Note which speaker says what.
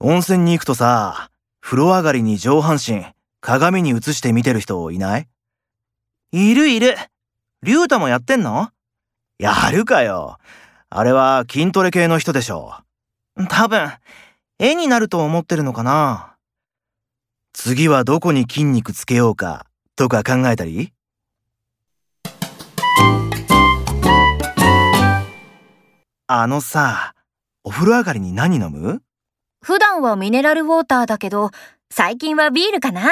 Speaker 1: 温泉に行くとさ、風呂上がりに上半身、鏡に映して見てる人いないいるいる。リュウタもやってんのやるかよ。あれは筋トレ系の人でしょ。多分、絵になると思ってるのかな。次はどこに筋肉つけようか、とか考えたりあのさ、お風呂上がりに何飲む
Speaker 2: 普段はミネラルウォーターだけど、最近はビールかな。